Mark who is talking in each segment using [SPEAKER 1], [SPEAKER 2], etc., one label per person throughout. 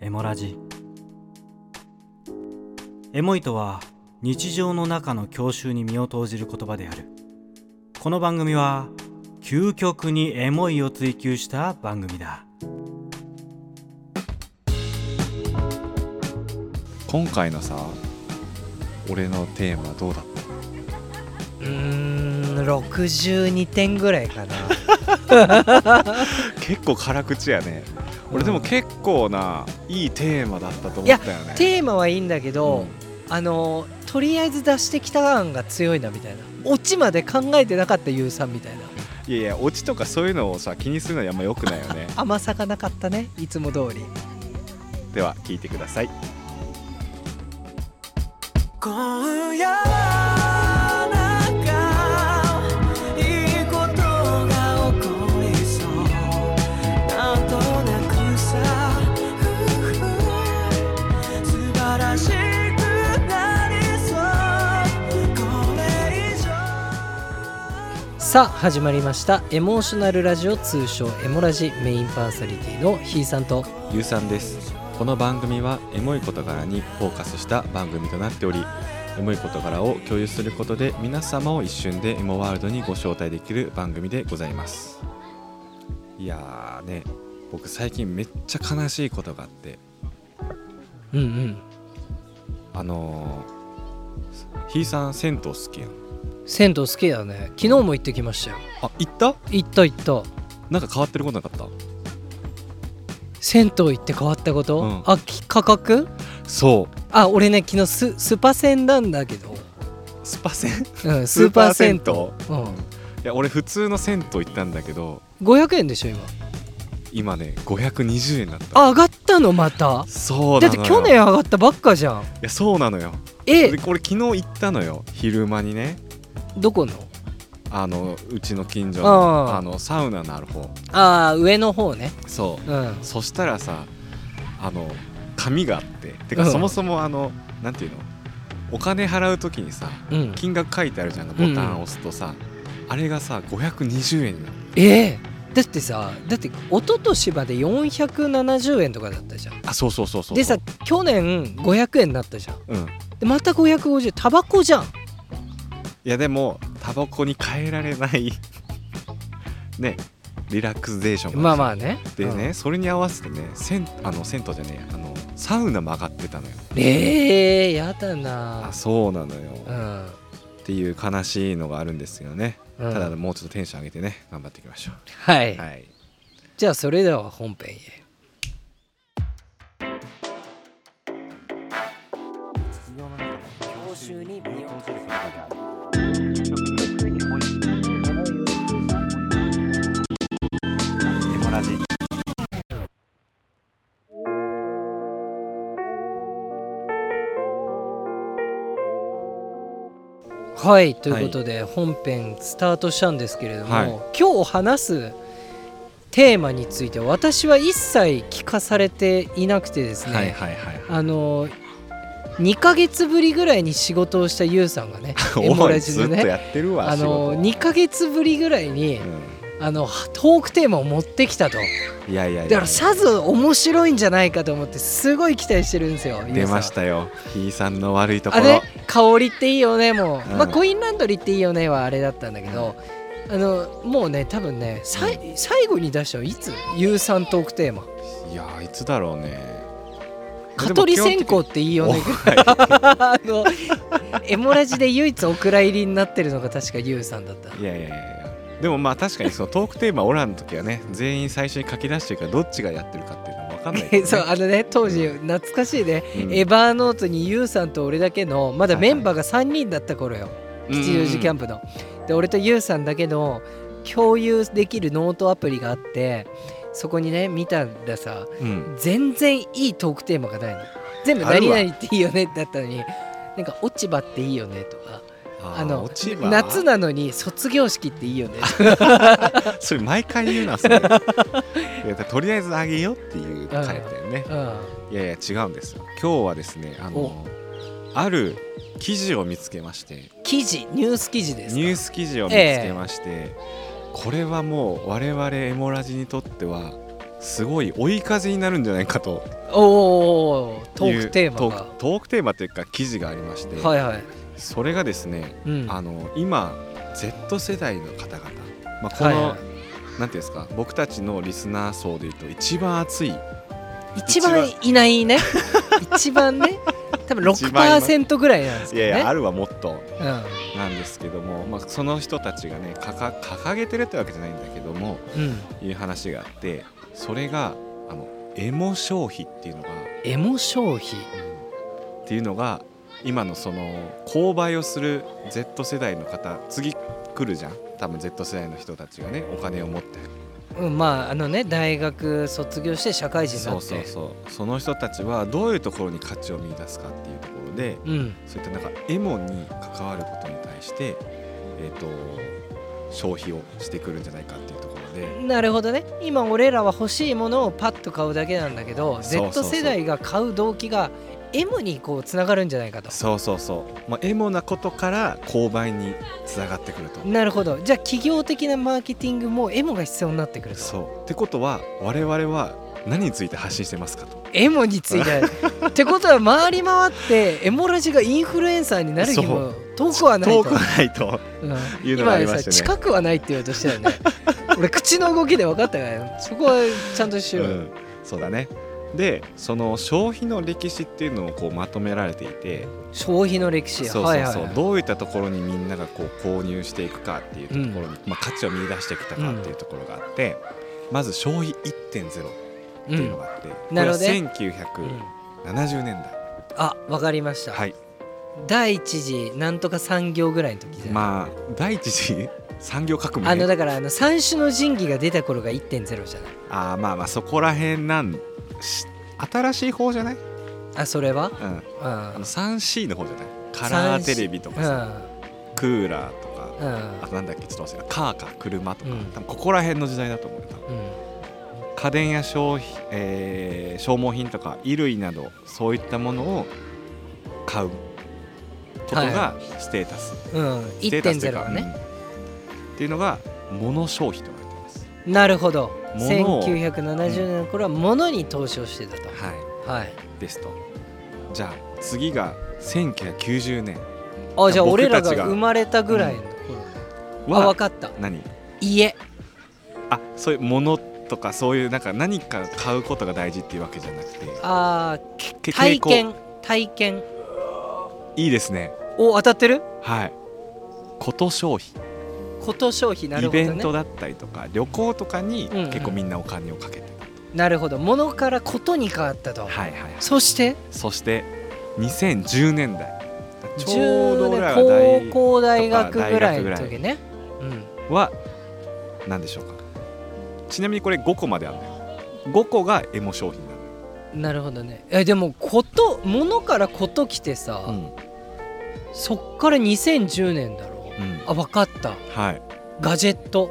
[SPEAKER 1] エモラジエモいとは日常の中の郷愁に身を投じる言葉であるこの番組は究極にエモいを追求した番組だ
[SPEAKER 2] 今回のさ俺のテーマどうだっ
[SPEAKER 3] うーん62点ぐら いかな
[SPEAKER 2] た結構辛口やね俺でも結構ないいテーマだったと思ったよね
[SPEAKER 3] テーマはいいんだけ
[SPEAKER 2] う
[SPEAKER 3] ど
[SPEAKER 2] ん、
[SPEAKER 3] あのとりあえず出してきた感が強いなみたいなオチまで考えてなかった優さんみたいない
[SPEAKER 2] やいやオチとかそういうのをさ気にするのはあんま良くないよ ね
[SPEAKER 3] 甘さがなかったねいつも通り
[SPEAKER 2] では聞いてください
[SPEAKER 1] 今夜なんかいいことが起こりそうなんとなくさふうふう素晴らしくなりそうこれ以上
[SPEAKER 3] さあ始まりましたエモーショナルラジオ通称エモラジメインパーソナリティのひいさんと
[SPEAKER 4] ゆうさんですこの番組はエモい事柄にフォーカスした番組となっておりエモい事柄を共有することで皆様を一瞬でエモワールドにご招待できる番組でございますいやーね僕最近めっちゃ悲しいことがあって
[SPEAKER 3] うんうん
[SPEAKER 4] あのー、ひいさん銭湯好きやん
[SPEAKER 3] 銭湯好きだね昨日も行ってきましたよ
[SPEAKER 4] あ行った
[SPEAKER 3] 行った行った
[SPEAKER 4] なんか変わってることなかっ
[SPEAKER 3] 銭湯行って変わったこと、
[SPEAKER 4] うん
[SPEAKER 3] あき価格
[SPEAKER 4] たそう
[SPEAKER 3] あ俺ね昨日ススパ銭なんだけど、
[SPEAKER 4] スパ銭
[SPEAKER 3] うん、ス
[SPEAKER 4] ス
[SPEAKER 3] ー
[SPEAKER 4] ー
[SPEAKER 3] パ
[SPEAKER 4] パ
[SPEAKER 3] ー
[SPEAKER 4] ー
[SPEAKER 3] 銭
[SPEAKER 4] 銭
[SPEAKER 3] 湯、
[SPEAKER 4] 湯
[SPEAKER 3] う
[SPEAKER 4] いや俺普通の銭湯行ったんだけど
[SPEAKER 3] ん、500円でしょ今
[SPEAKER 4] 今ね520円になった
[SPEAKER 3] あ上がったのまた
[SPEAKER 4] そう
[SPEAKER 3] だ
[SPEAKER 4] な
[SPEAKER 3] って
[SPEAKER 4] のよ
[SPEAKER 3] 去年上がったばっかじゃん
[SPEAKER 4] いやそうなのよ
[SPEAKER 3] え
[SPEAKER 4] でこれ昨日行ったのよ昼間にね
[SPEAKER 3] どこの
[SPEAKER 4] あのうちの近所
[SPEAKER 3] あ
[SPEAKER 4] の
[SPEAKER 3] ー
[SPEAKER 4] あのサウナのある方
[SPEAKER 3] ああ上の方ね
[SPEAKER 4] そ
[SPEAKER 3] うん
[SPEAKER 4] うそしたらさあの紙があっててか、
[SPEAKER 3] うん
[SPEAKER 4] そもそもあのなんていうのお金払う時にさ
[SPEAKER 3] うん
[SPEAKER 4] 金額書いてあるじゃんボタンを押すとさ、あれがさ520円になる
[SPEAKER 3] えー、だってさだって一昨年まで470円とかだったじゃん
[SPEAKER 4] あそうそうそうそう
[SPEAKER 3] でさ去年500円になったじゃん
[SPEAKER 4] うんい
[SPEAKER 3] でまた550円タバコじゃん
[SPEAKER 4] やでもタバコに変えられない ねリラクゼーションが
[SPEAKER 3] まあまあね
[SPEAKER 4] でね、
[SPEAKER 3] うん
[SPEAKER 4] それに合わせてね銭あの銭湯じゃねえあのサウナも上がってたのよ
[SPEAKER 3] えー、やだな
[SPEAKER 4] あそうなのよ、
[SPEAKER 3] う
[SPEAKER 4] っ
[SPEAKER 3] ん、
[SPEAKER 4] ていう悲しいのがあるんですよね、
[SPEAKER 3] うん、
[SPEAKER 4] ただもうちょっとテンション上げてね頑張っていきましょ
[SPEAKER 3] はい、
[SPEAKER 4] うはい
[SPEAKER 3] じゃあそれでは本編へはいということで本編スタートしたんですけれども、
[SPEAKER 4] はい
[SPEAKER 3] 今日話すテーマについて私は一切聞かされていなくてですね、
[SPEAKER 4] はいはいはい
[SPEAKER 3] あの2ヶ月ぶりぐらいに仕事をしたゆうさんが ねエモラジ
[SPEAKER 4] ず
[SPEAKER 3] の
[SPEAKER 4] っと
[SPEAKER 3] ね
[SPEAKER 4] やってるわ
[SPEAKER 3] あの2ヶ月ぶりぐらいに、
[SPEAKER 4] 仕事
[SPEAKER 3] あのトークテーマを持ってきたと
[SPEAKER 4] うんいやいやい
[SPEAKER 3] だか
[SPEAKER 4] や
[SPEAKER 3] らさぞ面白いんじゃないかと思ってすごい期待してるんですよゆ
[SPEAKER 4] 出
[SPEAKER 3] うさん
[SPEAKER 4] ましたよひいさんの悪いとこ
[SPEAKER 3] あ
[SPEAKER 4] ろ
[SPEAKER 3] れ香りっていいよねもう、
[SPEAKER 4] うん
[SPEAKER 3] まあコインランドリーっていいよねはあれだったんだけど、あのもうね多分ねさい最後に出したのいつ有酸トークテーマ
[SPEAKER 4] いやーいつだろうね
[SPEAKER 3] 「蚊取り線香
[SPEAKER 4] い
[SPEAKER 3] っていいよ
[SPEAKER 4] やで
[SPEAKER 3] ね
[SPEAKER 4] も基」本的に
[SPEAKER 3] あのエモラジで唯一お蔵入りになってるのが確かユウさんだった
[SPEAKER 4] おいいやいやいやいやでもまあ確かにそのトークテーマオラの時はね全員最初に書き出してるからどっちがやってるかっていうのは分かんないけど、ね、
[SPEAKER 3] そうあのね当時懐かしいね、
[SPEAKER 4] うん
[SPEAKER 3] エバーノートにユウさんと俺だけのまだ
[SPEAKER 4] はいは
[SPEAKER 3] メ
[SPEAKER 4] い
[SPEAKER 3] ンバーが3人だった頃よ、吉祥寺キャンプの。で俺とユウさんだけの共有できるノートアプリがあってそこにね見たらさ
[SPEAKER 4] プ、うん
[SPEAKER 3] 全然いいトークテーマがないの全部「
[SPEAKER 4] ある
[SPEAKER 3] 何
[SPEAKER 4] わ
[SPEAKER 3] 々っていいよね」だったのになんか「落ち葉っていいよね」とかあの
[SPEAKER 4] 落ち葉
[SPEAKER 3] 夏なのに「卒業式っていいよね」 とか
[SPEAKER 4] それ毎回言うなそれい やとりあえずあげようっていう書いてるね、
[SPEAKER 3] う
[SPEAKER 4] いやいや違うんですよ今日はですねあの
[SPEAKER 3] お
[SPEAKER 4] ある記事を見つけまして
[SPEAKER 3] ん、記事ニュース記事ですか
[SPEAKER 4] ニュース記事を見つけまして、これはもう我々エモラジにとってはすごい追い風になるんじゃないかと
[SPEAKER 3] おート
[SPEAKER 4] いう
[SPEAKER 3] ークテーマ
[SPEAKER 4] ト
[SPEAKER 3] が
[SPEAKER 4] ークトークテーマというか記事がありまして、
[SPEAKER 3] はいはい、
[SPEAKER 4] それがですね
[SPEAKER 3] うん、
[SPEAKER 4] あの今 Z 世代の方々、まあ、この、
[SPEAKER 3] はいはい
[SPEAKER 4] なんていうんですか僕たちのリスナー層でいうと一番熱い
[SPEAKER 3] 一番いないね 一番ね多分
[SPEAKER 4] 一番
[SPEAKER 3] 6%ぐらいなんです
[SPEAKER 4] い
[SPEAKER 3] けど
[SPEAKER 4] や
[SPEAKER 3] ね
[SPEAKER 4] いやあるはもっと
[SPEAKER 3] うん
[SPEAKER 4] なんですけども、まあ、その人たちがねかか掲げてるってわけじゃないんだけども
[SPEAKER 3] うん、
[SPEAKER 4] いう話があってそれがあのエモ消費っていうのが
[SPEAKER 3] エモ消費
[SPEAKER 4] っていうのが今のその購買をする Z 世代の方次来るじゃん多分 Z 世代の人たちがねお金を持って
[SPEAKER 3] うんまああのね大学卒業して社会人にな
[SPEAKER 4] そ
[SPEAKER 3] っ
[SPEAKER 4] う
[SPEAKER 3] て
[SPEAKER 4] そうそうその人たちはどういうところに価値を見出すかっていうところで
[SPEAKER 3] うん
[SPEAKER 4] そういったなんかエモに関わることに対して、えー、と消費をしてくるんじゃないかっていうところで
[SPEAKER 3] なるほどね今俺らは欲しいものをパッと買うだけなんだけど
[SPEAKER 4] そうそうそう
[SPEAKER 3] Z 世代が買う動機が M にこうつながるんじゃないかと
[SPEAKER 4] そうそうそう、まあ、エモなことから購買につながってくると。
[SPEAKER 3] なるほどじゃあ企業的なマーケティングも M が必要になってくると
[SPEAKER 4] そうってことは我々は何について発信してますかと
[SPEAKER 3] エモについてってことは回り回ってエモラジがインフルエンサーになる日も遠くはないと
[SPEAKER 4] 遠くはないと
[SPEAKER 3] うん
[SPEAKER 4] いうのがありま
[SPEAKER 3] 今
[SPEAKER 4] し
[SPEAKER 3] さ
[SPEAKER 4] たね
[SPEAKER 3] 近くはないって言おうとした よね俺口の動きで分かったからよそこはちゃんとしようよ、
[SPEAKER 4] うんそうだねでその消費の歴史っていうのをこうまとめられていて
[SPEAKER 3] 消費の歴
[SPEAKER 4] そう
[SPEAKER 3] 史
[SPEAKER 4] そうそう、
[SPEAKER 3] はいはいはい
[SPEAKER 4] どういったところにみんながこう購入していくかっていうところに、まあ、価値を見出してきたかっていうところがあって、まず消費1.0っていうのがあって、こ
[SPEAKER 3] な
[SPEAKER 4] れ
[SPEAKER 3] る
[SPEAKER 4] は
[SPEAKER 3] ほどねうん
[SPEAKER 4] 1970年代、
[SPEAKER 3] あ分かりました、
[SPEAKER 4] はい
[SPEAKER 3] 第一次なんとか産業ぐらいの時じゃない、
[SPEAKER 4] まあ第一次産業革命
[SPEAKER 3] あのだからあの三種の神器が出た頃が1.0じゃない
[SPEAKER 4] あーまあまあそこら辺なんし新しい方じゃない、
[SPEAKER 3] あそれは
[SPEAKER 4] うん、
[SPEAKER 3] うん
[SPEAKER 4] あの 3C の方じゃないカラーテレビとかさ、クーラーとか、
[SPEAKER 3] うんうん
[SPEAKER 4] あとなんだっけちょっと忘れたカーか車とか、
[SPEAKER 3] うん
[SPEAKER 4] 多分ここら辺の時代だと思うよ多分
[SPEAKER 3] うん
[SPEAKER 4] 家電や消費、えー消耗品とか衣類などそういったものを買うことがステータス、
[SPEAKER 3] うん、
[SPEAKER 4] ステータスという
[SPEAKER 3] 1.0
[SPEAKER 4] か
[SPEAKER 3] はね、、
[SPEAKER 4] うんっていうのが物消費と言われてます
[SPEAKER 3] なるほど
[SPEAKER 4] 物を
[SPEAKER 3] 1970年の頃は物に投資をしてたと、
[SPEAKER 4] は
[SPEAKER 3] はい
[SPEAKER 4] いですとじゃあ次が1990年
[SPEAKER 3] あじゃあ俺ら
[SPEAKER 4] 僕た
[SPEAKER 3] が
[SPEAKER 4] ちが
[SPEAKER 3] 生まれたぐらいの頃、あ分
[SPEAKER 4] は
[SPEAKER 3] かった
[SPEAKER 4] 何
[SPEAKER 3] 家
[SPEAKER 4] あそういうものとかそういうなんか何か買うことが大事っていうわけじゃなくて
[SPEAKER 3] あ
[SPEAKER 4] け
[SPEAKER 3] ー体
[SPEAKER 4] 傾向
[SPEAKER 3] 験体験
[SPEAKER 4] いいですね
[SPEAKER 3] お当たってる
[SPEAKER 4] はいこと消費
[SPEAKER 3] こと消費なる
[SPEAKER 4] イ
[SPEAKER 3] ほど
[SPEAKER 4] ベント
[SPEAKER 3] ね
[SPEAKER 4] だったりとか旅行とかに
[SPEAKER 3] うんうん
[SPEAKER 4] 結構みんなお金をかけて、
[SPEAKER 3] なるほど物からことに変わったと、
[SPEAKER 4] はいはいはい
[SPEAKER 3] そして
[SPEAKER 4] そして2010年代ちょうど俺らが
[SPEAKER 3] 10
[SPEAKER 4] 大
[SPEAKER 3] 年高校大学
[SPEAKER 4] とか
[SPEAKER 3] ぐらい
[SPEAKER 4] 大学
[SPEAKER 3] の
[SPEAKER 4] ぐら
[SPEAKER 3] 時ねうん
[SPEAKER 4] は何でしょうかちなみにこれ5個まであるのよ5個がエモ商品なのよ
[SPEAKER 3] なるほどねえでもこと物からこと来てさ、そっから2010年だろ、
[SPEAKER 4] うんうん
[SPEAKER 3] あ分かった
[SPEAKER 4] はい
[SPEAKER 3] ガジェット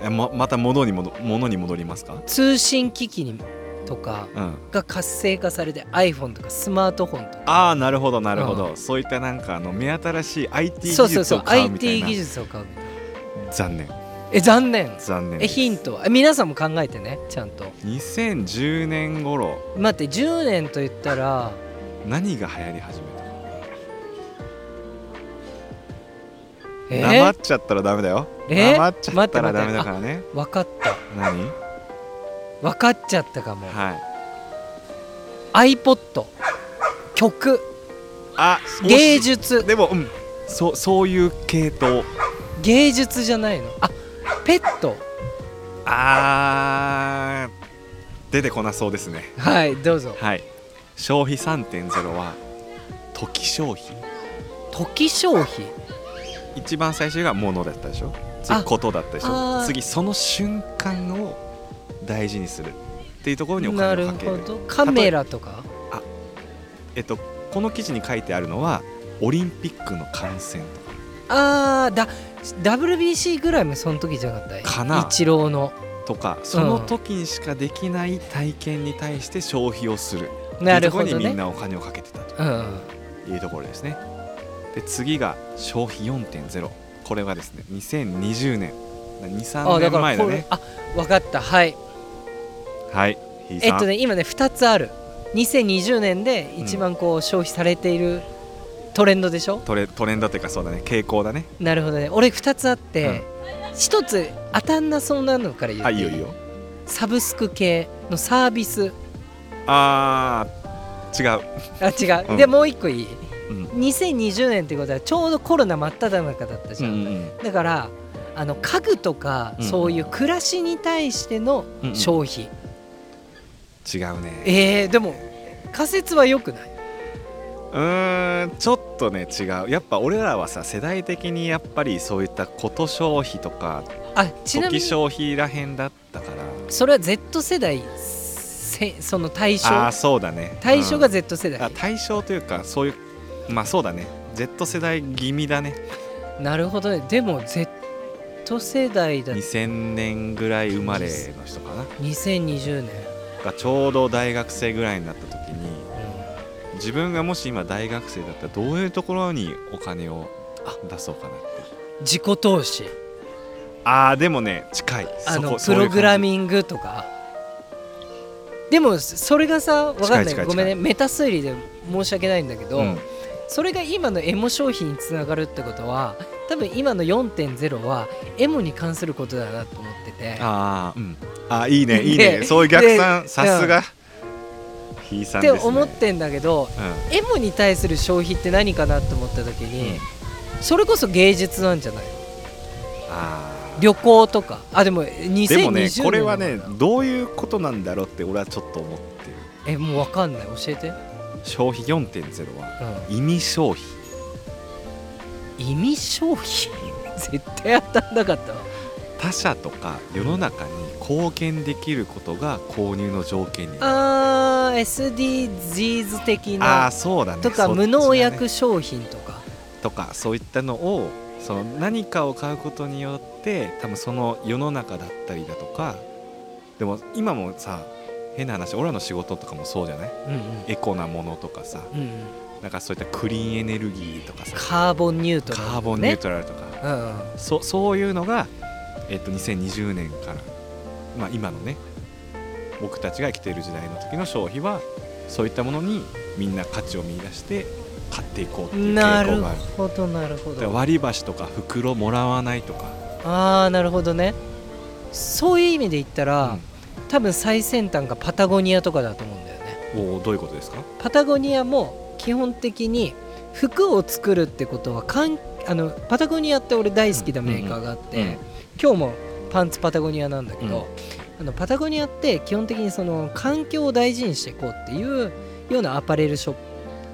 [SPEAKER 4] えままた物に戻物に戻りますか
[SPEAKER 3] 通信機器にとか
[SPEAKER 4] うん
[SPEAKER 3] が活性化されて iPhone とかスマートフォンとか
[SPEAKER 4] ああなるほどなるほど、そういったなんかあの目新しい IT 技
[SPEAKER 3] そうそ
[SPEAKER 4] 術
[SPEAKER 3] うそ
[SPEAKER 4] を
[SPEAKER 3] う
[SPEAKER 4] 買うみたい
[SPEAKER 3] IT
[SPEAKER 4] な
[SPEAKER 3] 技術を買う
[SPEAKER 4] 残念
[SPEAKER 3] え残念
[SPEAKER 4] 残念
[SPEAKER 3] えヒントはえ皆さんも考えてねちゃんと
[SPEAKER 4] 2010年頃
[SPEAKER 3] 待って10年と言ったら
[SPEAKER 4] 何が流行り始めたの、
[SPEAKER 3] え
[SPEAKER 4] 黙っちゃったらダメだよ
[SPEAKER 3] え
[SPEAKER 4] 黙っちゃったらダメ
[SPEAKER 3] 待
[SPEAKER 4] だ
[SPEAKER 3] って待って
[SPEAKER 4] からね
[SPEAKER 3] 分かった
[SPEAKER 4] 何
[SPEAKER 3] 分かっちゃったかも、
[SPEAKER 4] はい
[SPEAKER 3] iPod 曲
[SPEAKER 4] あ 惜
[SPEAKER 3] 芸
[SPEAKER 4] し
[SPEAKER 3] 術
[SPEAKER 4] いでもうんそうそういう系統
[SPEAKER 3] 芸術じゃないのあペット
[SPEAKER 4] あー出てこなそうですね
[SPEAKER 3] はいどうぞ
[SPEAKER 4] はい消費3.0は時消費
[SPEAKER 3] 時消費
[SPEAKER 4] 一番最初が物だったでしょ次
[SPEAKER 3] あ
[SPEAKER 4] ことだったでし
[SPEAKER 3] あ
[SPEAKER 4] ょ
[SPEAKER 3] ー
[SPEAKER 4] 次その瞬間を大事にするっていうところにお
[SPEAKER 3] な
[SPEAKER 4] 金
[SPEAKER 3] る
[SPEAKER 4] をかけ
[SPEAKER 3] ほ
[SPEAKER 4] る
[SPEAKER 3] どカメラとか
[SPEAKER 4] えっと、この記事に書いてあるのはオリンピックの観戦とか
[SPEAKER 3] あーだ WBC ぐらいもその時じゃなかった
[SPEAKER 4] かな
[SPEAKER 3] イチローの
[SPEAKER 4] とかその時にしかできない体験に対して消費をするってい
[SPEAKER 3] な
[SPEAKER 4] うと
[SPEAKER 3] る
[SPEAKER 4] こ
[SPEAKER 3] ほ
[SPEAKER 4] ろに
[SPEAKER 3] ど
[SPEAKER 4] みん
[SPEAKER 3] ね
[SPEAKER 4] なお金をかけてたと
[SPEAKER 3] うんうん
[SPEAKER 4] いうところですね。で次が消費4.0これはですね2020年23
[SPEAKER 3] あだか
[SPEAKER 4] 年
[SPEAKER 3] ら
[SPEAKER 4] 前だ
[SPEAKER 3] これ、
[SPEAKER 4] ね
[SPEAKER 3] あ分かったはい
[SPEAKER 4] はいひい
[SPEAKER 3] えっ
[SPEAKER 4] さ
[SPEAKER 3] と
[SPEAKER 4] ん
[SPEAKER 3] ね今ね2つある2020年で一番こう消費されているトレンドでしょ、
[SPEAKER 4] トレトレンドっていうかそうだね傾向だね
[SPEAKER 3] なるほどね俺2つあって、1つ当たんなそうなのから言う、
[SPEAKER 4] あいいよいいよ
[SPEAKER 3] サブスク系のサービス
[SPEAKER 4] あー違う
[SPEAKER 3] あ違う、
[SPEAKER 4] うん
[SPEAKER 3] でもう1個いい
[SPEAKER 4] うん
[SPEAKER 3] 2020年ってことはちょうどコロナ真っ只中だったじゃん、だからあの家具とか
[SPEAKER 4] うん
[SPEAKER 3] そういう暮らしに対しての
[SPEAKER 4] うんうん
[SPEAKER 3] 消費、
[SPEAKER 4] 違うね
[SPEAKER 3] えー、でも仮説は良くないう
[SPEAKER 4] ーんちょっとね違うやっぱ俺らはさ世代的にやっぱりそういったこと消費とか
[SPEAKER 3] あちなみ
[SPEAKER 4] 時
[SPEAKER 3] に
[SPEAKER 4] 消費らへんだったから
[SPEAKER 3] それは Z 世代せその対象
[SPEAKER 4] ああーそうだね
[SPEAKER 3] 対象が
[SPEAKER 4] うん
[SPEAKER 3] Z 世代
[SPEAKER 4] あ、対象というかそういうまあそうだね Z 世代気味だね
[SPEAKER 3] なるほどねでも Z 世代だ
[SPEAKER 4] 2000年ぐらい生まれの人かな
[SPEAKER 3] 2020年、
[SPEAKER 4] がちょうど大学生ぐらいになった時に
[SPEAKER 3] う
[SPEAKER 4] 自分がもし今大学生だったらどういうところにお金を出そうかなって
[SPEAKER 3] ん自己投資
[SPEAKER 4] あーでもね近い
[SPEAKER 3] あ
[SPEAKER 4] そ
[SPEAKER 3] の
[SPEAKER 4] こ
[SPEAKER 3] プログラ
[SPEAKER 4] ン
[SPEAKER 3] ミングとかでもそれがさ分か
[SPEAKER 4] 近
[SPEAKER 3] ん
[SPEAKER 4] い
[SPEAKER 3] ない
[SPEAKER 4] 近い
[SPEAKER 3] ごめんねメタ推理で申し訳ないんだけど、
[SPEAKER 4] うん
[SPEAKER 3] それが今のエモ消費につながるってことは多分今の4.0はエモに関することだなと思ってて
[SPEAKER 4] あー、うん、あーいいねいいね
[SPEAKER 3] で
[SPEAKER 4] そういう逆算
[SPEAKER 3] で
[SPEAKER 4] さすがひいさん
[SPEAKER 3] って
[SPEAKER 4] ですね
[SPEAKER 3] 思ってんだけど
[SPEAKER 4] うん
[SPEAKER 3] エモに対する消費って何かなと思った時に、それこそ芸術なんじゃない
[SPEAKER 4] あー
[SPEAKER 3] 旅行とかあでも2020年
[SPEAKER 4] でもねこれ
[SPEAKER 3] な
[SPEAKER 4] は
[SPEAKER 3] のかな
[SPEAKER 4] ねどういうことなんだろうって俺はちょっと思ってる
[SPEAKER 3] えもうわかんない教えて、
[SPEAKER 4] 消費4.0は意味消費
[SPEAKER 3] 意味消費 絶対当たんなかったわ
[SPEAKER 4] 他者とか世の中に貢献できることが購入の条件になる
[SPEAKER 3] あー SDGs 的
[SPEAKER 4] ああー
[SPEAKER 3] な
[SPEAKER 4] そうだね
[SPEAKER 3] と
[SPEAKER 4] そっ
[SPEAKER 3] か
[SPEAKER 4] ちだね
[SPEAKER 3] 無農薬商品とか
[SPEAKER 4] とかそういったのをその何かを買うことによって多分その世の中だったりだとかでも今もさ変な話俺らの仕事とかもそうじゃない
[SPEAKER 3] うんうん
[SPEAKER 4] エコなものとかさ
[SPEAKER 3] うんうん
[SPEAKER 4] なんかそういったクリーンエネルギーとかさ
[SPEAKER 3] カーボンニュートラル、ね、
[SPEAKER 4] カーボンニュートラルとか、
[SPEAKER 3] うんうん
[SPEAKER 4] そそういうのが、えっと2020年から、まあ、今のね僕たちが生きている時代の時の消費はそういったものにみんな価値を見出して買っていこうっていう
[SPEAKER 3] な
[SPEAKER 4] 傾
[SPEAKER 3] る
[SPEAKER 4] 向がある
[SPEAKER 3] ほどなるほ
[SPEAKER 4] だから
[SPEAKER 3] ど
[SPEAKER 4] 割り箸とか袋もらわないとか、
[SPEAKER 3] ああなるほどねそういう意味で言ったら、
[SPEAKER 4] うん
[SPEAKER 3] 多分最先端がパタゴニアとかだと思うんだよね
[SPEAKER 4] おーどういうことですか
[SPEAKER 3] パタゴニアも基本的に服を作るってことはかんあのパタゴニアって俺大好きなメーカーがあって、
[SPEAKER 4] うんうんうん
[SPEAKER 3] 今日もパンツパタゴニアなんだけど、あのパタゴニアって基本的にその環境を大事にしていこうっていうようなアパレルショップ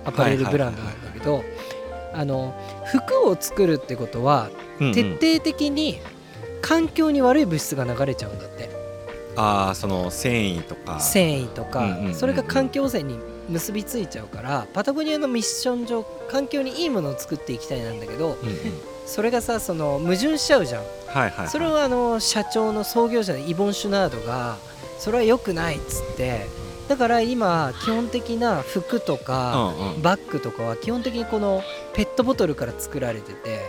[SPEAKER 3] アパレルブランドなんだけどあの服を作るってことは徹底的に環境に悪い物質が流れちゃうんだって、
[SPEAKER 4] ああその繊維とか
[SPEAKER 3] 繊維とか、
[SPEAKER 4] うんうんうんうん
[SPEAKER 3] それが環境汚染に結びついちゃうからパタゴニアのミッション上環境にいいものを作っていきたいなんだけど
[SPEAKER 4] うんうん
[SPEAKER 3] それがさその矛盾しちゃうじゃん、
[SPEAKER 4] はいはい、はい、
[SPEAKER 3] それをあの社長の創業者のイボン・シュナードがそれは良くないっつってだから今基本的な服とか、
[SPEAKER 4] うんうん
[SPEAKER 3] バッグとかは基本的にこのペットボトルから作られてて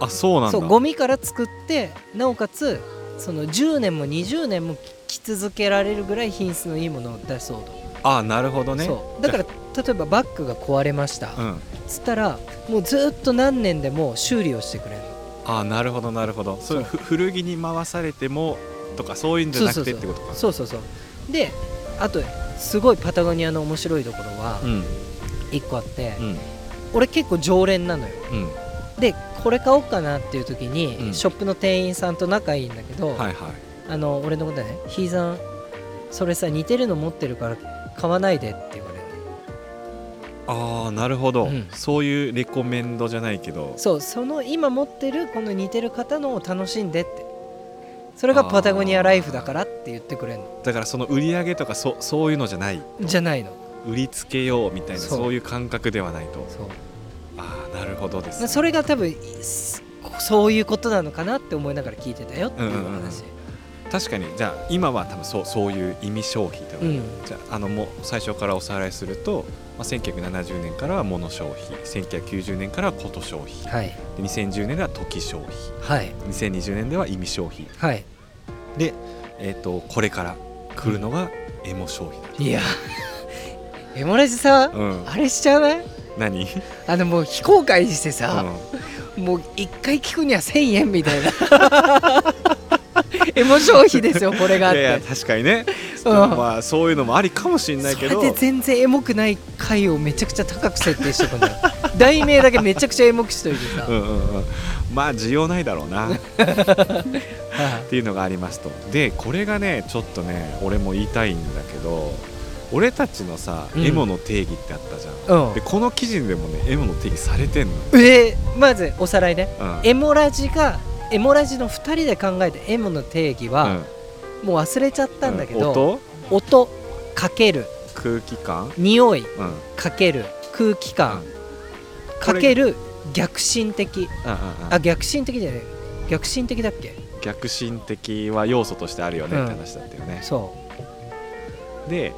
[SPEAKER 4] あそうなんだ
[SPEAKER 3] そうゴミから作ってなおかつその10年も20年も着続けられるぐらい品質のいいものを出そうと。
[SPEAKER 4] あーなるほどね
[SPEAKER 3] そうだから例えばバッグが壊れました、
[SPEAKER 4] うん
[SPEAKER 3] つったらもうずっと何年でも修理をしてくれるの
[SPEAKER 4] ああなるほどなるほどそういうふ古着に回されてもとかそういうんじゃなくてってことか
[SPEAKER 3] そうそうそうであとすごいパタゴニアの面白いところは
[SPEAKER 4] うん
[SPEAKER 3] 1個あって、
[SPEAKER 4] うん
[SPEAKER 3] 俺結構常連なのよ
[SPEAKER 4] うん
[SPEAKER 3] でこれ買おうかなっていう時
[SPEAKER 4] うん
[SPEAKER 3] にショップの店員さんと仲いいんだけど、
[SPEAKER 4] はいはい
[SPEAKER 3] あの俺のことね「ひいさんそれさ似てるの持ってるから買わないで」って言われる
[SPEAKER 4] ああなるほど、
[SPEAKER 3] うん
[SPEAKER 4] そういうレコメンドじゃないけど
[SPEAKER 3] そうその今持ってるこの似てる方のを楽しんでってそれがパタゴニアライフだからって言ってくれるの
[SPEAKER 4] だからその売り上げとかそそういうのじゃない
[SPEAKER 3] じゃないの
[SPEAKER 4] 売りつけようみたいなそ
[SPEAKER 3] そうう
[SPEAKER 4] いう感覚ではないと
[SPEAKER 3] そう
[SPEAKER 4] ああなるほどです、
[SPEAKER 3] まあそれが多分すそういうことなのかなって思いながら聞いてたよっていう
[SPEAKER 4] うんうんうん
[SPEAKER 3] 話、
[SPEAKER 4] 確かにじゃあ今は多分そうそういう意味消費といううんじゃああのもう最初からおさらいすると、まあ、1970年からは物消費1990年からはこと消費、
[SPEAKER 3] はい
[SPEAKER 4] で2010年では時消費
[SPEAKER 3] はい
[SPEAKER 4] 2020年では意味消費
[SPEAKER 3] はい
[SPEAKER 4] えー、とこれから来るのがエモ消費だ、
[SPEAKER 3] い やエモレジさ、
[SPEAKER 4] うん、
[SPEAKER 3] あれしちゃうね
[SPEAKER 4] 何、うん、
[SPEAKER 3] あのもう非公開にしてさ、もう一回聞くには1000円みたいな エモ消費ですよこれがあっ
[SPEAKER 4] い
[SPEAKER 3] て
[SPEAKER 4] やいや確かにね、
[SPEAKER 3] うん
[SPEAKER 4] まあそういうのもありかもしれない
[SPEAKER 3] そ
[SPEAKER 4] け
[SPEAKER 3] れ
[SPEAKER 4] ど
[SPEAKER 3] で全然エモくない回をめちゃくちゃ高く設定してく んだよ題名だけめちゃくちゃエモくしといてさ、
[SPEAKER 4] うんうんうん、まあ需要ないだろうなっ
[SPEAKER 3] はい
[SPEAKER 4] ていうのがありますとでこれがねちょっとね俺も言いたいんだけど俺たちのさ、
[SPEAKER 3] うん
[SPEAKER 4] エモの定義ってあったじゃん、
[SPEAKER 3] うん
[SPEAKER 4] でこの記事でもねエモの定義されてんの、
[SPEAKER 3] えーまずおさらいね
[SPEAKER 4] うん
[SPEAKER 3] エモラジがエモラジの2人で考えたエモの定義
[SPEAKER 4] う
[SPEAKER 3] は
[SPEAKER 4] ん、
[SPEAKER 3] もう忘れちゃったんだけど、
[SPEAKER 4] うん音
[SPEAKER 3] 音かける
[SPEAKER 4] 空気感、
[SPEAKER 3] 匂い
[SPEAKER 4] うんうんうん
[SPEAKER 3] かける空気感、かける逆進
[SPEAKER 4] う
[SPEAKER 3] 的
[SPEAKER 4] ん
[SPEAKER 3] あ逆進的じゃない逆進的だっけ
[SPEAKER 4] 逆進的は要素としてあるよね
[SPEAKER 3] うん
[SPEAKER 4] って話だったよね、
[SPEAKER 3] そ
[SPEAKER 4] で、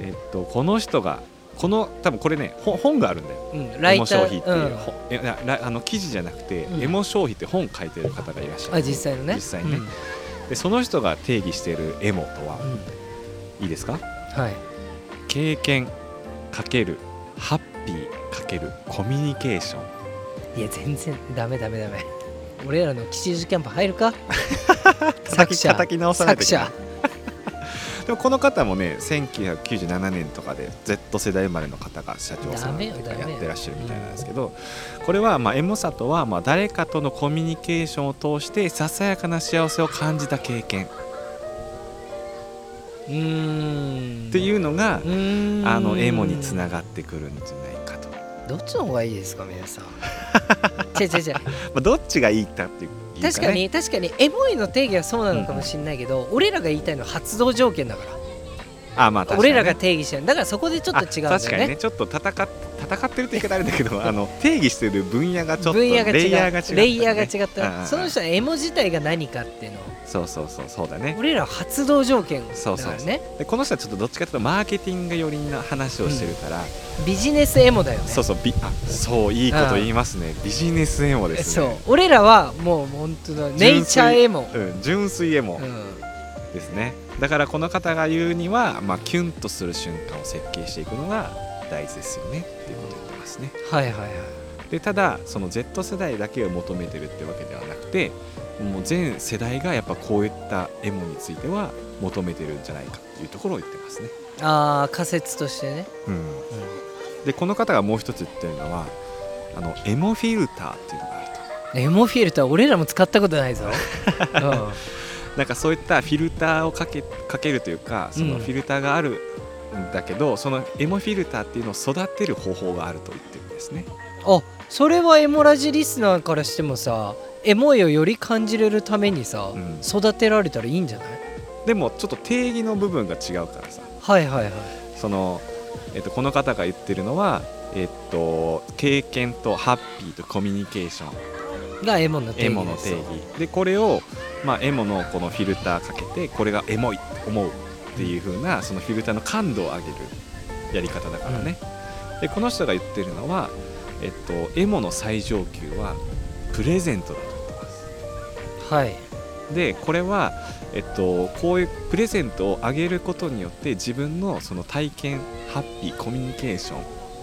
[SPEAKER 4] えっと、この人がこの多分これねほ本があるんだよ
[SPEAKER 3] う、うん、ラ
[SPEAKER 4] エ
[SPEAKER 3] イ
[SPEAKER 4] モ
[SPEAKER 3] ター
[SPEAKER 4] 消費っていう、
[SPEAKER 3] うん
[SPEAKER 4] ほえならあの記事じゃなくて、
[SPEAKER 3] うん
[SPEAKER 4] エモ消費って本書いてる方がいらっしゃる
[SPEAKER 3] あ実際のね
[SPEAKER 4] 実際ねでその人が定義しているエモとは
[SPEAKER 3] うん、うん
[SPEAKER 4] いいですか
[SPEAKER 3] はい
[SPEAKER 4] 経験かけるハッピーかけるコミュニケーション
[SPEAKER 3] いや全然ダメダメダメ俺らの吉祥キャンプ入るか作者
[SPEAKER 4] 叩き直さないと
[SPEAKER 3] 作
[SPEAKER 4] いけない
[SPEAKER 3] 者
[SPEAKER 4] でもこの方もね1997年とかで Z 世代生まれの方が社長さん
[SPEAKER 3] ダ
[SPEAKER 4] と
[SPEAKER 3] メよ
[SPEAKER 4] か
[SPEAKER 3] ダ
[SPEAKER 4] や
[SPEAKER 3] メよ
[SPEAKER 4] ってらっしゃるみたいなんですけどこれはまあエモさとはまあ誰かとのコミュニケーションを通してささやかな幸せを感じた経験
[SPEAKER 3] うーん
[SPEAKER 4] っていうのが
[SPEAKER 3] うーん
[SPEAKER 4] あのエモにつながってくるんじゃないかと、ま
[SPEAKER 3] どっちの方がいいですか皆 さん違う違う違う
[SPEAKER 4] あ、どっちがいいかっていういいね
[SPEAKER 3] 確かに確かにエモいの定義はそうなのかもしれないけど、俺らが言いたいのは発動条件だから
[SPEAKER 4] あまあ確かに
[SPEAKER 3] 俺らが定義してるだからそこでちょっと違うんだ
[SPEAKER 4] あ確か
[SPEAKER 3] よ
[SPEAKER 4] に
[SPEAKER 3] ね
[SPEAKER 4] ねちょっと戦っ戦ってるって言い方あれだけ どあの定義してる分野がちょっと
[SPEAKER 3] 分野が違う
[SPEAKER 4] レイヤーが違う、
[SPEAKER 3] レイヤーが違った、
[SPEAKER 4] うん
[SPEAKER 3] その人はエモ自体が何かっていうのを
[SPEAKER 4] そうそうそうそうだね
[SPEAKER 3] 俺らは発動条件だからね
[SPEAKER 4] そうそうでこの人はちょっとどっちかというとマーケティング寄りな話をしてるから、
[SPEAKER 3] ビジネスエモだよね
[SPEAKER 4] そうそうビあそういいこと言いますねビジネスエモです
[SPEAKER 3] そう
[SPEAKER 4] ね
[SPEAKER 3] 俺らはもう本当だネイチャーエモ、
[SPEAKER 4] うん、純粋エモ
[SPEAKER 3] うん、
[SPEAKER 4] ですね、だからこの方が言うには、まあ、キュンとする瞬間を設計していくのが大事ですよねっていうことを言ってますね
[SPEAKER 3] はいはいはい
[SPEAKER 4] でただその Z 世代だけを求めてるってわけではなくてもう全世代がやっぱこういったエモについては求めてるんじゃないかっていうところを言ってますね、
[SPEAKER 3] ああ仮説としてね、
[SPEAKER 4] でこの方がもう一つ言ってるのはあのエモフィルターっていうのがある
[SPEAKER 3] エモフィルター俺らも使ったこ とないぞ、うん
[SPEAKER 4] となんかそういったフィルターをかけかけるというかその
[SPEAKER 3] うん
[SPEAKER 4] フィルターがあるんだけど、そのエモフィルターっていうのを育てる方法があると言ってるんですね
[SPEAKER 3] あそれはエモラジリスナーからしてもさエモいをより感じれるためにさ、
[SPEAKER 4] うん
[SPEAKER 3] 育てられたらいいんじゃない
[SPEAKER 4] でもちょっと定義の部分が違うからさ
[SPEAKER 3] はいはいはい
[SPEAKER 4] その、えっと、この方が言ってるのは、えっと、経験とハッピーとコミュニケーション
[SPEAKER 3] がエモの定
[SPEAKER 4] エモ
[SPEAKER 3] 義
[SPEAKER 4] の
[SPEAKER 3] です
[SPEAKER 4] 定義でこれを、まあ、エモのこのフィルターかけてこれがエモいと思うっていう風なそのフィルターの感度を上げるやり方だからね、でこの人が言ってるのは、えっと、エモの最上級はプレゼントだと言ってます
[SPEAKER 3] はい
[SPEAKER 4] でこれは、えっと、こういうプレゼントをあげることによって自分のその体験ハッピーコミュニケーシ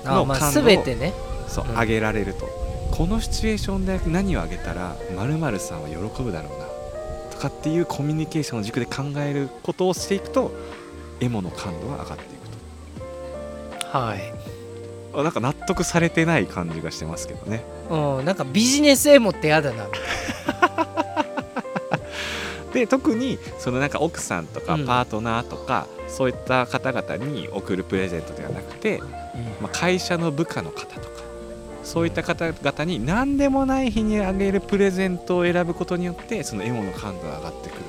[SPEAKER 4] ョン
[SPEAKER 3] あ
[SPEAKER 4] の
[SPEAKER 3] まあ
[SPEAKER 4] 感動
[SPEAKER 3] 全てね
[SPEAKER 4] そう、
[SPEAKER 3] うん
[SPEAKER 4] あげられるとこのシチュエーションで何をあげたら〇〇さんは喜ぶだろうなとかっていうコミュニケーションの軸で考えることをしていくとエモの感度は上がっていく
[SPEAKER 3] はい
[SPEAKER 4] とあなんか納得されてない感じがしてますけどね
[SPEAKER 3] うん、なんかビジネスエモってやだな
[SPEAKER 4] で特にそのなんか奥さんとか
[SPEAKER 3] うん
[SPEAKER 4] パートナーとか、そういった方々に贈るプレゼントではなくて、まあ、会社の部下の方とかそういった方々に何でもない日にあげるプレゼントを選ぶことによってそのエモの感度が上がってくる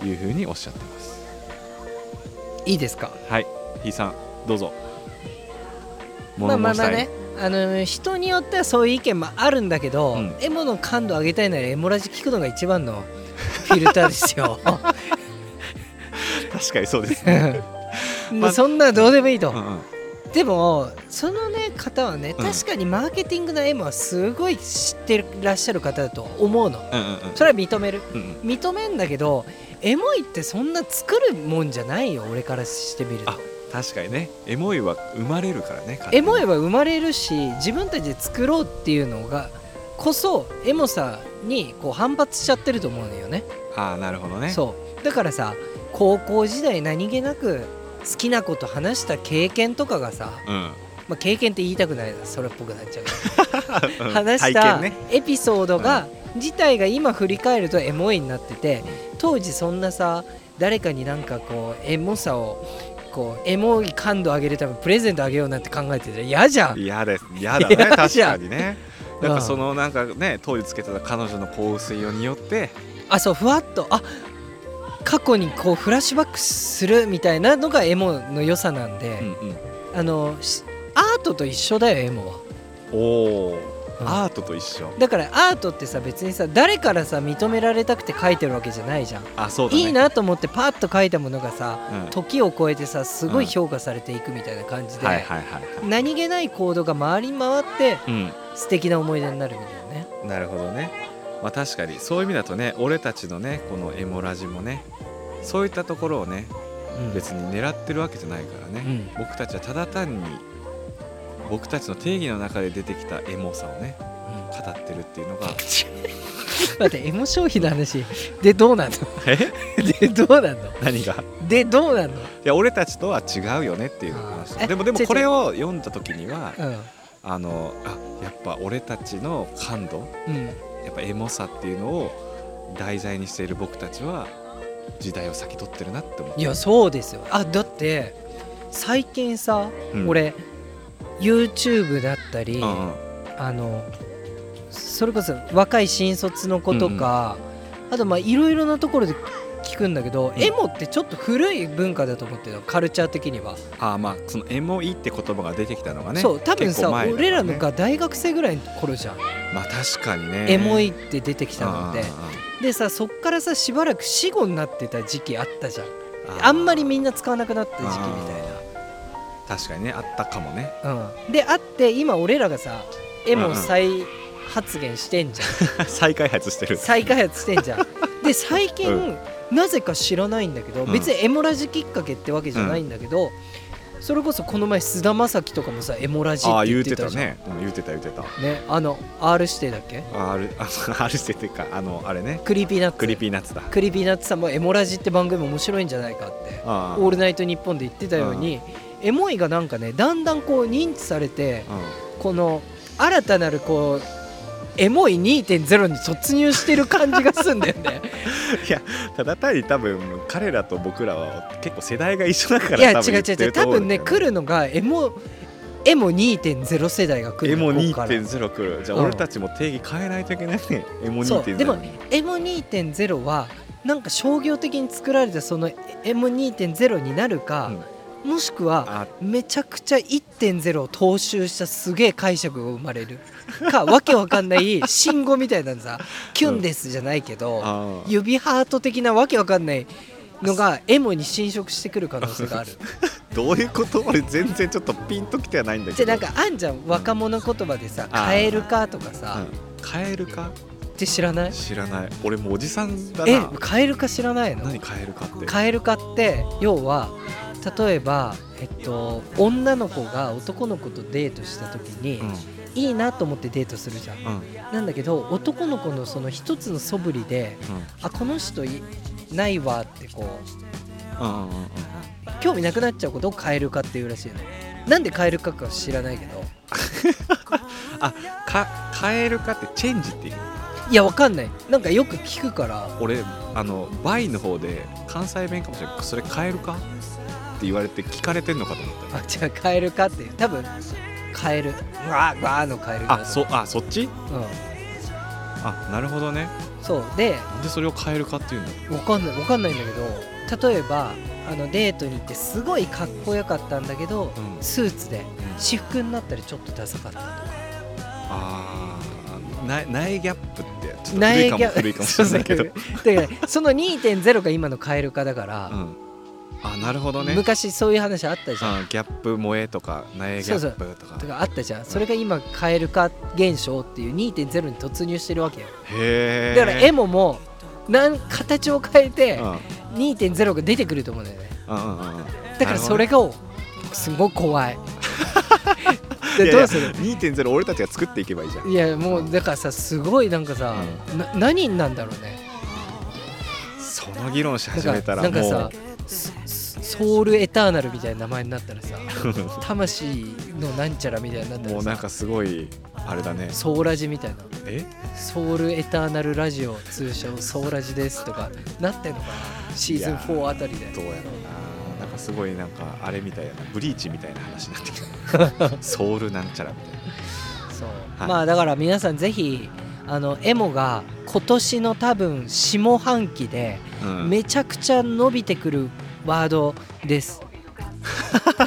[SPEAKER 4] というふうにおっしゃってます
[SPEAKER 3] いいですか
[SPEAKER 4] はいひいさんどうぞ
[SPEAKER 3] まあまあまあ
[SPEAKER 4] 物申
[SPEAKER 3] ね
[SPEAKER 4] し
[SPEAKER 3] あの人によってはそういう意見もあるんだけど、
[SPEAKER 4] うん
[SPEAKER 3] エモの感度上げたいならエモラジ聞くのが一番のフィルターで すよ
[SPEAKER 4] たい確かにそうですね、
[SPEAKER 3] もうそんなどうでもいいと、
[SPEAKER 4] うんうん
[SPEAKER 3] でもそのね方はね
[SPEAKER 4] うん
[SPEAKER 3] 確かにマーケティングのエモはすごい知ってらっしゃる方だと思うの
[SPEAKER 4] うんうんうん
[SPEAKER 3] それは認める
[SPEAKER 4] うんうん
[SPEAKER 3] 認めんだけどエモいってそんな作るもんじゃないよ俺からしてみると
[SPEAKER 4] あ確かにねエモいは生まれるからね勝手に
[SPEAKER 3] エモいは生まれるし自分たちで作ろうっていうのがこそエモさにこう反発しちゃってると思うのよね
[SPEAKER 4] ああなるほどね
[SPEAKER 3] そうだからさ高校時代何気なく好きなこと話した経験とかがさ、
[SPEAKER 4] うん
[SPEAKER 3] まあ、経験って言いたくないなそれっぽくなっちゃうけ
[SPEAKER 4] う
[SPEAKER 3] ど
[SPEAKER 4] ん
[SPEAKER 3] 話し
[SPEAKER 4] 体
[SPEAKER 3] た
[SPEAKER 4] 験ね
[SPEAKER 3] エピソードが、自体が今振り返るとエモいになってて当時そんなさ誰かになんかこうエモさをこうエモい感度上げるためにプレゼントあげようなんて考えてたら嫌じゃん
[SPEAKER 4] 嫌です嫌だね
[SPEAKER 3] 嫌
[SPEAKER 4] 確
[SPEAKER 3] じゃん
[SPEAKER 4] かにね
[SPEAKER 3] うん
[SPEAKER 4] なんかそのなんかね当時つけてた彼女の香水をによって
[SPEAKER 3] あそうふわっとあ過去にこうフラッシュバックするみたいなのがエモの良さなんで、あのしアートと一緒だよエモは
[SPEAKER 4] おお
[SPEAKER 3] うん
[SPEAKER 4] アートと一緒
[SPEAKER 3] だからアートってさ別にさ誰からさ認められたくて描いてるわけじゃないじゃん、
[SPEAKER 4] あそうだね
[SPEAKER 3] いいなと思ってパッと描いたものがさ
[SPEAKER 4] うん
[SPEAKER 3] 時を超えてさすごい
[SPEAKER 4] うん
[SPEAKER 3] 評価されていくみたいな感じで、
[SPEAKER 4] はいはいはいはい
[SPEAKER 3] 何気ない行動が回り回って
[SPEAKER 4] う
[SPEAKER 3] 素敵な思い出になるみたいなね
[SPEAKER 4] んなるほどねまあ確かにそういう意味だとね俺たちのねこのエモラジもねそういったところをね
[SPEAKER 3] うん
[SPEAKER 4] 別に狙ってるわけじゃないからね、
[SPEAKER 3] うん
[SPEAKER 4] 僕たちはただ単に僕たちの定義の中で出てきたエモさをね
[SPEAKER 3] うん
[SPEAKER 4] 語ってるっていうのが
[SPEAKER 3] 待ってエモ消費の話でどうなんの
[SPEAKER 4] え
[SPEAKER 3] でどうなんの
[SPEAKER 4] 何が
[SPEAKER 3] でどうなんの
[SPEAKER 4] いや俺たちとは違うよねっていう話
[SPEAKER 3] あーえ
[SPEAKER 4] でもでも
[SPEAKER 3] 違う
[SPEAKER 4] これを読んだ時には
[SPEAKER 3] うん
[SPEAKER 4] あのあやっぱ俺たちの感度
[SPEAKER 3] うん
[SPEAKER 4] やっぱエモさっていうのを題材にしている僕たちは時代を先取ってるなって思う
[SPEAKER 3] いやそうですよあだって最近さ、
[SPEAKER 4] うん
[SPEAKER 3] 俺 YouTube だったり、
[SPEAKER 4] うんうん
[SPEAKER 3] あのそれこそ若い新卒の子とか、あとまあいろいろなところで聞くんだけど、
[SPEAKER 4] うん
[SPEAKER 3] エモってちょっと古い文化だと思ってるのカルチャー的には、
[SPEAKER 4] あーまあそのエモいって言葉が出てきたのがね
[SPEAKER 3] そう多分
[SPEAKER 4] 結
[SPEAKER 3] さ、
[SPEAKER 4] 構前だ
[SPEAKER 3] 俺ら
[SPEAKER 4] ね
[SPEAKER 3] のが大学生ぐらいの頃じゃん、
[SPEAKER 4] まあ確かにね
[SPEAKER 3] エモ
[SPEAKER 4] い
[SPEAKER 3] いって出てきたのってでさそっからさしばらく死後になってた時期あったじゃんあんまりみんな使わなくなった時期みたいな。
[SPEAKER 4] な確かにねあったかもね
[SPEAKER 3] うん、であって今俺らがさ絵も再発言してんじゃ ん、
[SPEAKER 4] 再開発してる
[SPEAKER 3] 再開発してん じゃんで最近、なぜか知らないんだけど、
[SPEAKER 4] うん
[SPEAKER 3] 別にエモラジきっかけってわけじゃないんだけど、それこそこの前菅田将暉とかもさエモラジっ
[SPEAKER 4] ああ
[SPEAKER 3] て
[SPEAKER 4] 言
[SPEAKER 3] 言っ
[SPEAKER 4] うて
[SPEAKER 3] て
[SPEAKER 4] た
[SPEAKER 3] たじゃんね
[SPEAKER 4] ねうん言うてた言うてた
[SPEAKER 3] あの R 指定だっけ
[SPEAKER 4] ああるあ あるしててかあのあれね
[SPEAKER 3] クリーピーナッツ
[SPEAKER 4] クリーピーナッツだ
[SPEAKER 3] クリーピーナッツさんもエモラジって番組面白いんじゃないかって
[SPEAKER 4] あ
[SPEAKER 3] 「オールナイトニッポン」で言ってたように、エモいがなんかねだんだんこう認知されて、
[SPEAKER 4] あうん
[SPEAKER 3] この新たなるこうエモい2.0に突入してる感じがすんだよね。
[SPEAKER 4] ただ単に多分彼らと僕らは結構世代が一 緒だから
[SPEAKER 3] いや
[SPEAKER 4] 多
[SPEAKER 3] 違
[SPEAKER 4] 分言
[SPEAKER 3] う
[SPEAKER 4] っ
[SPEAKER 3] 違う
[SPEAKER 4] て
[SPEAKER 3] 違う
[SPEAKER 4] ると
[SPEAKER 3] 多
[SPEAKER 4] 思う
[SPEAKER 3] 分
[SPEAKER 4] んだ
[SPEAKER 3] ね
[SPEAKER 4] よ
[SPEAKER 3] 来るのがエモエモ2.0世代が来
[SPEAKER 4] エ
[SPEAKER 3] るの
[SPEAKER 4] モ
[SPEAKER 3] ここから
[SPEAKER 4] 2.0来るじゃあ
[SPEAKER 3] うん
[SPEAKER 4] 俺たちも定義変えないといけないねエモ
[SPEAKER 3] そう
[SPEAKER 4] 2.0
[SPEAKER 3] でもエモ2.0はなんか商業的に作られたそのエモ2.0になるか、もしくは
[SPEAKER 4] あ
[SPEAKER 3] めちゃくちゃ1.0を踏襲したすげえ解釈が生まれるかわけわかんない信号みたいなのさ「キュンです」じゃないけど。
[SPEAKER 4] あー
[SPEAKER 3] 指ハート的なわけわかんないのがエモに侵食してくる可能性がある
[SPEAKER 4] どういうこと俺全然ちょっとピンときてはないんだけ
[SPEAKER 3] じ
[SPEAKER 4] ど
[SPEAKER 3] ゃあなんかあんじゃん若者言葉でさ「
[SPEAKER 4] あー
[SPEAKER 3] カエルか」とかさ、
[SPEAKER 4] うんカエルか
[SPEAKER 3] って知らない
[SPEAKER 4] 知らない俺もうおじさんだ
[SPEAKER 3] え
[SPEAKER 4] な
[SPEAKER 3] カエルか知らないの
[SPEAKER 4] 何カエルかって
[SPEAKER 3] カエルかって要は例えばえっと女の子が男の子とデートした時に、
[SPEAKER 4] う
[SPEAKER 3] いいなと思ってデートするじゃん
[SPEAKER 4] んうん
[SPEAKER 3] なんだけど男の子のその一つの素振りであこの人いないわってこう
[SPEAKER 4] うんうんうんうん
[SPEAKER 3] 興味なくなっちゃうことをカエル化っていうらしいよねなんでカエル化かは知らないけど
[SPEAKER 4] かカエルかってチェンジっていう
[SPEAKER 3] いやわかんないなんかよく聞くから
[SPEAKER 4] 俺あのバイの方で関西弁かもしれないそれカエルかって言われて聞かれてんのかと思った
[SPEAKER 3] あじゃあカエル化っていう多分カエルうわーうわーのカエル
[SPEAKER 4] あそあそっち
[SPEAKER 3] うん
[SPEAKER 4] あなるほどね
[SPEAKER 3] そうで
[SPEAKER 4] なんでそれをカエルかっていうんだ
[SPEAKER 3] わかんないわかんないんだけど例えばあのデートに行ってすごいかっこよかったんだけど、
[SPEAKER 4] うん
[SPEAKER 3] スーツで私服になったりちょっとダサかったとか
[SPEAKER 4] あーな苗ギャップってちょっと古いかも古いかもしれないけど
[SPEAKER 3] そうそうだからその2.0が今のカエル化だから、
[SPEAKER 4] うん、あなるほどね
[SPEAKER 3] 昔そういう話あったじゃん
[SPEAKER 4] あギャップ萌えとか苗ギャップとか
[SPEAKER 3] とかあったじゃんそれが今カエル化現象っていう2.0に突入してるわけよ
[SPEAKER 4] へ
[SPEAKER 3] だ
[SPEAKER 4] え
[SPEAKER 3] からエモもなん形を変えて
[SPEAKER 4] うん
[SPEAKER 3] 2.0が出てくると思うんだよね
[SPEAKER 4] うんうんうん
[SPEAKER 3] だからそれがすごい怖い
[SPEAKER 4] いや
[SPEAKER 3] で
[SPEAKER 4] い
[SPEAKER 3] ど
[SPEAKER 4] や
[SPEAKER 3] うする
[SPEAKER 4] 2.0俺たちが作っていけばいいじゃん
[SPEAKER 3] いやもうだからさすごいなんかさ、な何になんだろうね
[SPEAKER 4] その議論し
[SPEAKER 3] だ
[SPEAKER 4] 始
[SPEAKER 3] か
[SPEAKER 4] めたら
[SPEAKER 3] なんか
[SPEAKER 4] も
[SPEAKER 3] さススソウルエターナルみたいな名前になったら さ魂のなんちゃらみたいになっ
[SPEAKER 4] う
[SPEAKER 3] たらさ
[SPEAKER 4] もうなんかすごいあれだね
[SPEAKER 3] ソーラジみたいな
[SPEAKER 4] え
[SPEAKER 3] ソウルエターナルラジオ通称ソーラジですとかなってんのかなシーズン4あたりで
[SPEAKER 4] どうやろうななんかすごいなんかあれみたいなブリーチみたいな話になってき たソウルなんちゃらみたいな
[SPEAKER 3] そう、
[SPEAKER 4] はい
[SPEAKER 3] まあだから皆さんぜひあのエモが今年の多分下半期で
[SPEAKER 4] うん
[SPEAKER 3] めちゃくちゃ伸びてくるワード です、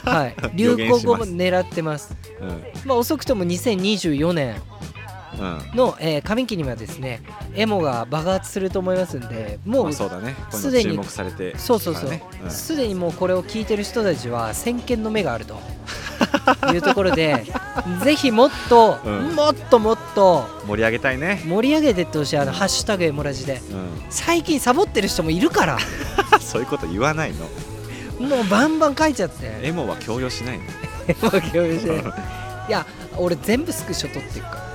[SPEAKER 3] はい流
[SPEAKER 4] 予言
[SPEAKER 3] 行
[SPEAKER 4] し
[SPEAKER 3] 語
[SPEAKER 4] ます
[SPEAKER 3] も狙ってます
[SPEAKER 4] うんうん
[SPEAKER 3] まあ遅くとも2024年の、えー上期にはですねエモが爆発すると思いますんでも
[SPEAKER 4] ま
[SPEAKER 3] う
[SPEAKER 4] あそうだねこういうの
[SPEAKER 3] すでに
[SPEAKER 4] 注目されて
[SPEAKER 3] そうそうそ
[SPEAKER 4] からね
[SPEAKER 3] うすで、にもうこれを聞いてる人たちは先見の目があるというところでぜひもっと、
[SPEAKER 4] うん
[SPEAKER 3] もっともっと
[SPEAKER 4] うん盛り上げたいね
[SPEAKER 3] 盛り上げてってほしいあの「ハッシュタグエモラジで」
[SPEAKER 4] うん
[SPEAKER 3] 最近サボってる人もいるから
[SPEAKER 4] そういうこと言わないの
[SPEAKER 3] もうバンバン書いちゃって
[SPEAKER 4] エモは強要しないの
[SPEAKER 3] エモが共有していや俺全部スクショ撮ってるから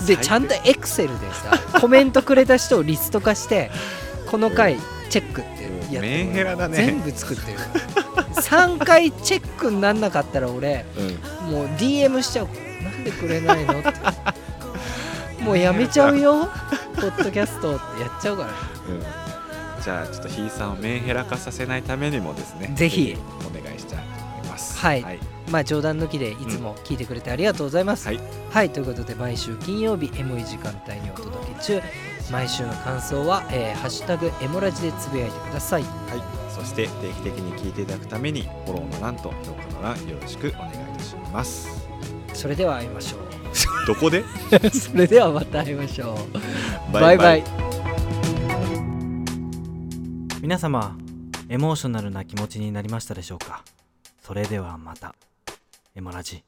[SPEAKER 3] で
[SPEAKER 4] 最低
[SPEAKER 3] ちゃんとエクセルで さコメントくれた人をリスト化してこの回チェックってやってもらう
[SPEAKER 4] メンヘラだね
[SPEAKER 3] 全部作ってる3回チェックになんなかったら俺
[SPEAKER 4] うん
[SPEAKER 3] もう DM しちゃうなんでくれないの ってもうやめちゃうよポッドキャストってやっちゃうから
[SPEAKER 4] うんじゃあちょっとひいさんをメンヘラ化させないためにもですね
[SPEAKER 3] ぜひ
[SPEAKER 4] お願いしたいと思います
[SPEAKER 3] はい
[SPEAKER 4] はい、
[SPEAKER 3] まあ冗談抜きでいつも聞いてくれてありがとうございます。
[SPEAKER 4] はい
[SPEAKER 3] はいということで毎週金曜日エモい時間帯にお届け中毎週の感想は、えーハッシュタグエモラジ」でつぶやいてください。
[SPEAKER 4] はい、そして定期的に聞いていただくためにフォローの欄と評価の欄よろしくお願いいたします
[SPEAKER 3] それでは会いましょ
[SPEAKER 4] どこで
[SPEAKER 3] う。それではまた会いましょう。バイバイ。
[SPEAKER 5] 皆様エモーショナルな気持ちになりましたでしょうかそれではまたエモラジ